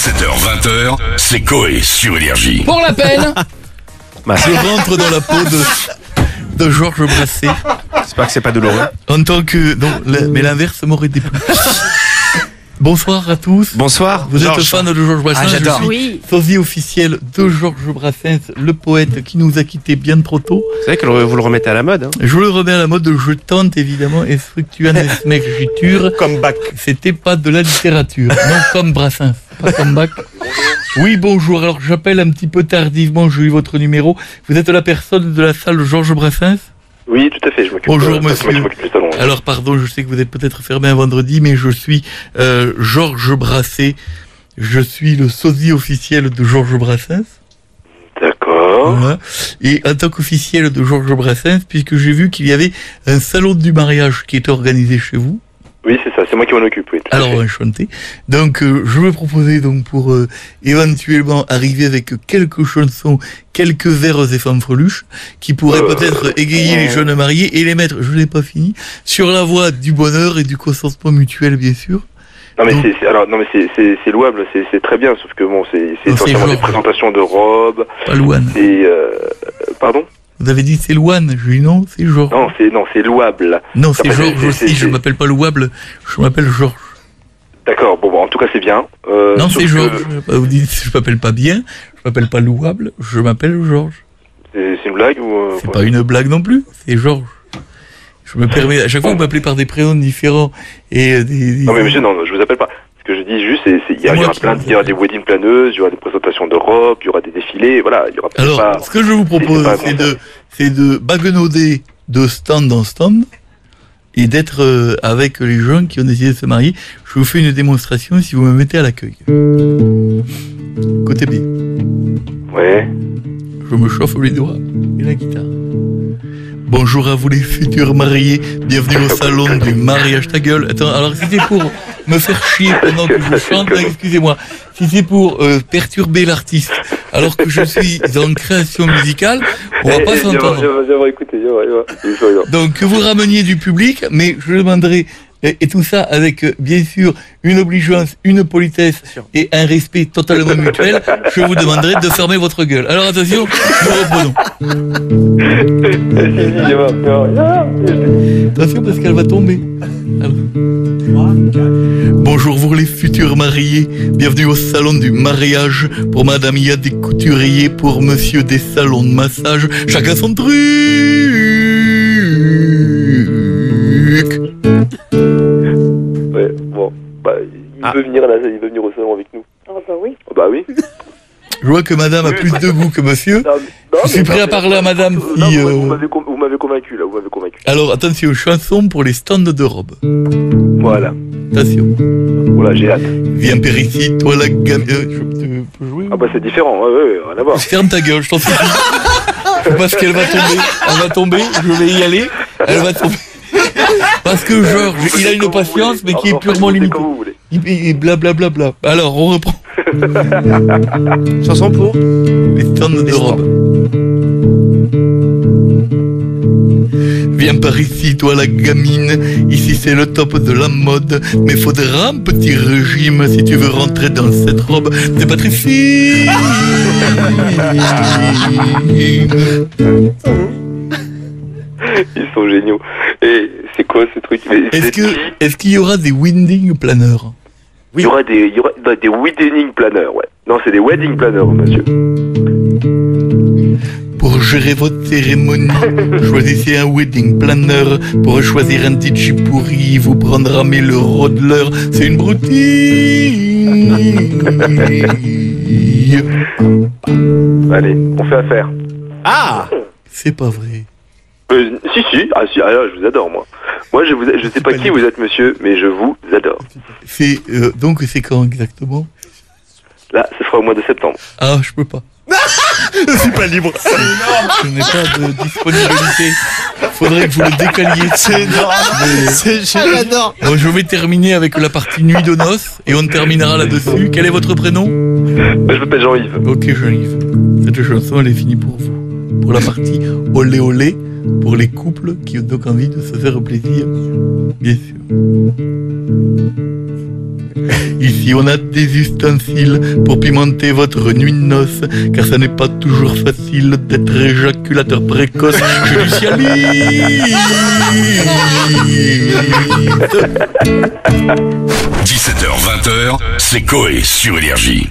17h20h, c'est Coé sur Énergie. Pour la peine Je rentre dans la peau de, de Georges Brassé. J'espère que c'est pas douloureux. En tant que. Non, la- mais l'inverse m'aurait déplu. Bonsoir à tous. Bonsoir. Vous êtes Georges. fan de Georges Brassens Ah, j'adore. Je suis Oui. sosie officiel de Georges Brassens, le poète qui nous a quittés bien trop tôt. Vous savez que le- vous le remettez à la mode. hein. Je le remets à la mode de je tente évidemment et fructuant esmergiture. Comeback. C'était pas de la littérature, non comme Brassens, pas comme Bach. Oui, bonjour. Alors j'appelle un petit peu tardivement, j'ai eu votre numéro. Vous êtes la personne de la salle Georges Brassens Oui, tout à fait, je m'occupe Bonjour, euh, c'est moi qui monsieur. m'occupe du salon. Alors pardon, je sais que vous êtes peut-être fermé un vendredi, mais je suis euh, Georges Brassé. Je suis le sosie officiel de Georges Brassens. D'accord. Voilà. Et en tant qu'officiel de Georges Brassens, puisque j'ai vu qu'il y avait un salon du mariage qui était organisé chez vous. Oui, c'est ça, c'est moi qui m'en occupe, oui. tout à Alors, fait. enchanté. Donc, euh, je me proposais donc pour euh, éventuellement arriver avec quelques chansons, quelques vers et femmes freluches, qui pourraient Euh, peut-être égayer les jeunes mariés et les mettre, je n'ai pas fini, sur la voie du bonheur et du consentement mutuel, bien sûr. Non, mais donc- c'est- c'est, alors, non, mais c'est, c'est, c'est louable, c'est, c'est très bien, sauf que bon, c'est, c'est Non, c'est essentiellement des genre. présentations de robes, Pas Louane. et, euh, pardon? Vous avez dit c'est Louane. J'ai dit non, c'est Georges. Non, c'est, non, c'est louable. Non, c'est Après, c'est- Georges c'est- aussi. c'est- Je m'appelle pas Louable. Je m'appelle Georges. D'accord, bon, bon, en tout cas, c'est bien. Euh, Non, sauf c'est que Georges. Vous dites je m'appelle pas bien. Je m'appelle pas Louable. Je m'appelle Georges. C'est, c'est une blague ou, euh, C'est quoi pas une blague non plus, c'est Georges. Je me permets, à chaque fois vous m'appelez par des prénoms différents et euh, des... des- Non, mais monsieur, non, non, je vous appelle pas. Ce que je dis juste, c'est, c'est- il y, a- C'est il y moi aura qui plein de, vous il y aura des appelle. wedding planeuses, il y aura des présentations de robes, il y aura des défilés, voilà, il y aura peut-être Alors, pas- ce que je vous propose, pas c'est bon. de, c'est de baguenauder de stand en stand et d'être euh, avec les gens qui ont décidé de se marier. Je vous fais une démonstration si vous me mettez à l'accueil. Côté B, Ouais. je me chauffe les doigts et la guitare. Bonjour à vous les futurs mariés, bienvenue au salon du mariage ta gueule. Attends, alors si c'est pour me faire chier pendant que je chante, là, excusez-moi, si c'est pour euh, perturber l'artiste alors que je suis en création musicale, on va Eh, pas eh, viens voir, s'entendre. viens voir, viens voir, écoutez, viens voir, viens voir. Viens voir, viens voir. Donc que vous rameniez du public, mais je demanderai, et, et tout ça avec euh, bien sûr une obligeance, une politesse et un respect totalement mutuel, je vous demanderai de fermer votre gueule. Alors attention, nous reprenons. Si, Euh, si, viens voir, viens voir, viens voir. Attention parce qu'elle va tomber. Alors. Bonjour vous les futurs mariés, bienvenue au salon du mariage pour Madame Ia des couturiers, pour Monsieur des salons de massage, chacun son truc. Ouais, bon, bah, il Ah. veut venir là, il veut venir au salon avec nous. Ah bah oui. Ah Bah oui. Je vois que Madame a plus de goût que Monsieur. Non, mais- Je suis mais- prêt à parler à Madame Non, si, vous euh, m'avez- vous m'avez con- vous m'avez convaincu là, vous m'avez convaincu. Alors attention, chanson pour les stands de robe. Voilà, Attention. voilà, j'ai hâte. Viens par ici, toi la gamme. Euh, je- tu peux jouer Ah bah c'est différent, ouais, ouais, ouais, rien à voir. Ferme ta gueule, je t'en supplie. Je pense qu'elle va tomber. Elle va tomber, je vais y aller. Elle va tomber. Parce que Georges, il a une patience, mais qui est purement limitée. limitée. Ah, Comme vous voulez. Il- il- il- Blablabla. Bla, bla. Alors, on reprend Chanson pour les stands de robe. Viens par ici, toi la gamine. Ici, c'est le top de la mode. Mais faudra un petit régime si tu veux rentrer dans cette robe. T'es pas très fine. Ils sont géniaux. Et c'est quoi ce truc Mais Est-ce c'est- que, est-ce qu'il y aura des winding planeurs? Il y aura des, il y aura des wedding planners, ouais. Non, c'est des wedding planners, monsieur. Pour gérer votre cérémonie, choisissez un wedding planner. Pour choisir un DJ pourri, vous prendre à le rodler. C'est une broutille. Allez, on fait affaire. Ah C'est pas vrai. Euh, si, si, ah si, ah, là, je vous adore, moi. Moi, je vous, je sais pas pas qui lui. vous êtes, monsieur, mais je vous adore. C'est euh, donc c'est quand exactement Là, ce sera au mois de septembre. Ah, je peux pas. je suis pas libre. Je n'ai pas de disponibilité. Faudrait que vous le décaliez. C'est énorme. J'adore Bon, je vais terminer avec la partie nuit de noces et on terminera là-dessus. Quel est votre prénom Bah, Je m'appelle Jean-Yves. Ok, j'arrive. Cette chanson, elle est finie pour vous. Pour la partie olé olé, pour les couples qui ont donc envie de se faire plaisir, bien sûr. Ici, on a des ustensiles pour pimenter votre nuit de noces, car ça n'est pas toujours facile d'être éjaculateur précoce. Je Lucialiste. 17h, 20h, c'est Coé sur Énergie.